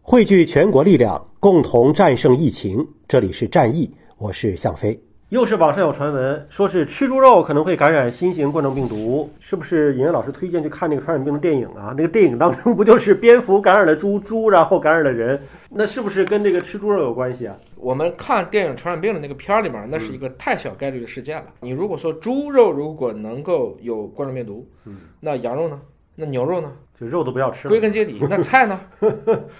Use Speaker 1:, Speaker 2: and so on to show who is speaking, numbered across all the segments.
Speaker 1: 汇聚全国力量，共同战胜疫情。这里是战役，我是向飞。又是网上有传闻，说是吃猪肉可能会感染新型冠状病毒，是不是？尹烨老师推荐去看那个传染病的电影啊？那个电影当中不就是蝙蝠感染了猪，猪然后感染了人？那是不是跟这个吃猪肉有关系啊？
Speaker 2: 我们看电影《传染病》的那个片儿里面，
Speaker 1: 嗯
Speaker 2: 那是一个太小概率的事件了。你如果说猪肉如果能够有冠状病毒，
Speaker 1: 嗯
Speaker 2: 那羊肉呢？那牛肉呢？
Speaker 1: 就肉都不要吃了
Speaker 2: 归，根结 底，那菜呢？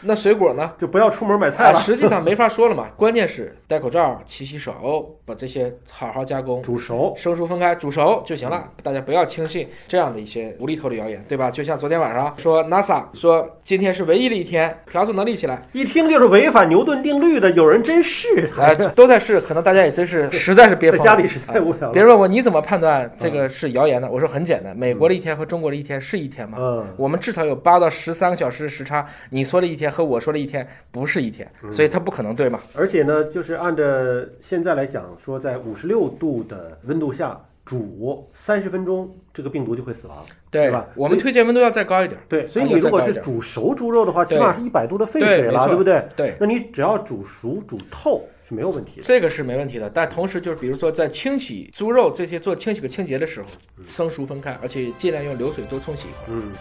Speaker 2: 那水果呢？
Speaker 1: 就不要出门买菜
Speaker 2: 哎
Speaker 1: 了。
Speaker 2: 实际上没法说了嘛。 关键是戴口罩、勤洗手，把这些好好 加工，
Speaker 1: 煮熟，
Speaker 2: 生熟分开煮熟就行
Speaker 1: 嗯
Speaker 2: 了，大家不要轻信这样的一些无厘头的谣言，对吧？就像昨天晚上说 NASA 说今天是唯一的一天，调速能力起 来，
Speaker 1: 一听就是违反牛顿定律的，有人真是
Speaker 2: 哎
Speaker 1: 还是，
Speaker 2: 都在试，可能大家也真是实在是憋
Speaker 1: 在
Speaker 2: 疯了哎
Speaker 1: 家里实在无聊
Speaker 2: 别
Speaker 1: 了。
Speaker 2: 人问我你怎么判断这
Speaker 1: 嗯
Speaker 2: 个是谣言的，我说很简单，美国的一天和中国的一天是一天吗？
Speaker 1: 嗯，
Speaker 2: 我们至少有八到十三个小时的时差，你说的一天和我说的一天不是一天，
Speaker 1: 嗯
Speaker 2: 所以它不可能对嘛？
Speaker 1: 而且呢，就是按照现在来讲，说在五十六度的温度下煮三十分钟，这个病毒就会死亡，对吧？
Speaker 2: 我们
Speaker 1: 所以
Speaker 2: 推荐温度要再高一点。
Speaker 1: 对，所以
Speaker 2: 啊
Speaker 1: 你
Speaker 2: 要
Speaker 1: 如
Speaker 2: 再
Speaker 1: 果
Speaker 2: 高一
Speaker 1: 是
Speaker 2: 点
Speaker 1: 煮熟猪肉的话，起
Speaker 2: 对
Speaker 1: 码是一百度的沸水
Speaker 2: 对没
Speaker 1: 了，
Speaker 2: 错
Speaker 1: 对不对？
Speaker 2: 对，
Speaker 1: 那你只要煮熟、煮透是没有问题的。
Speaker 2: 这个是没问题的，但同时就是，比如说在清洗猪肉这些做清洗和清洁的时候，生熟分开，而且尽量用流水多冲洗一会儿。
Speaker 1: 嗯，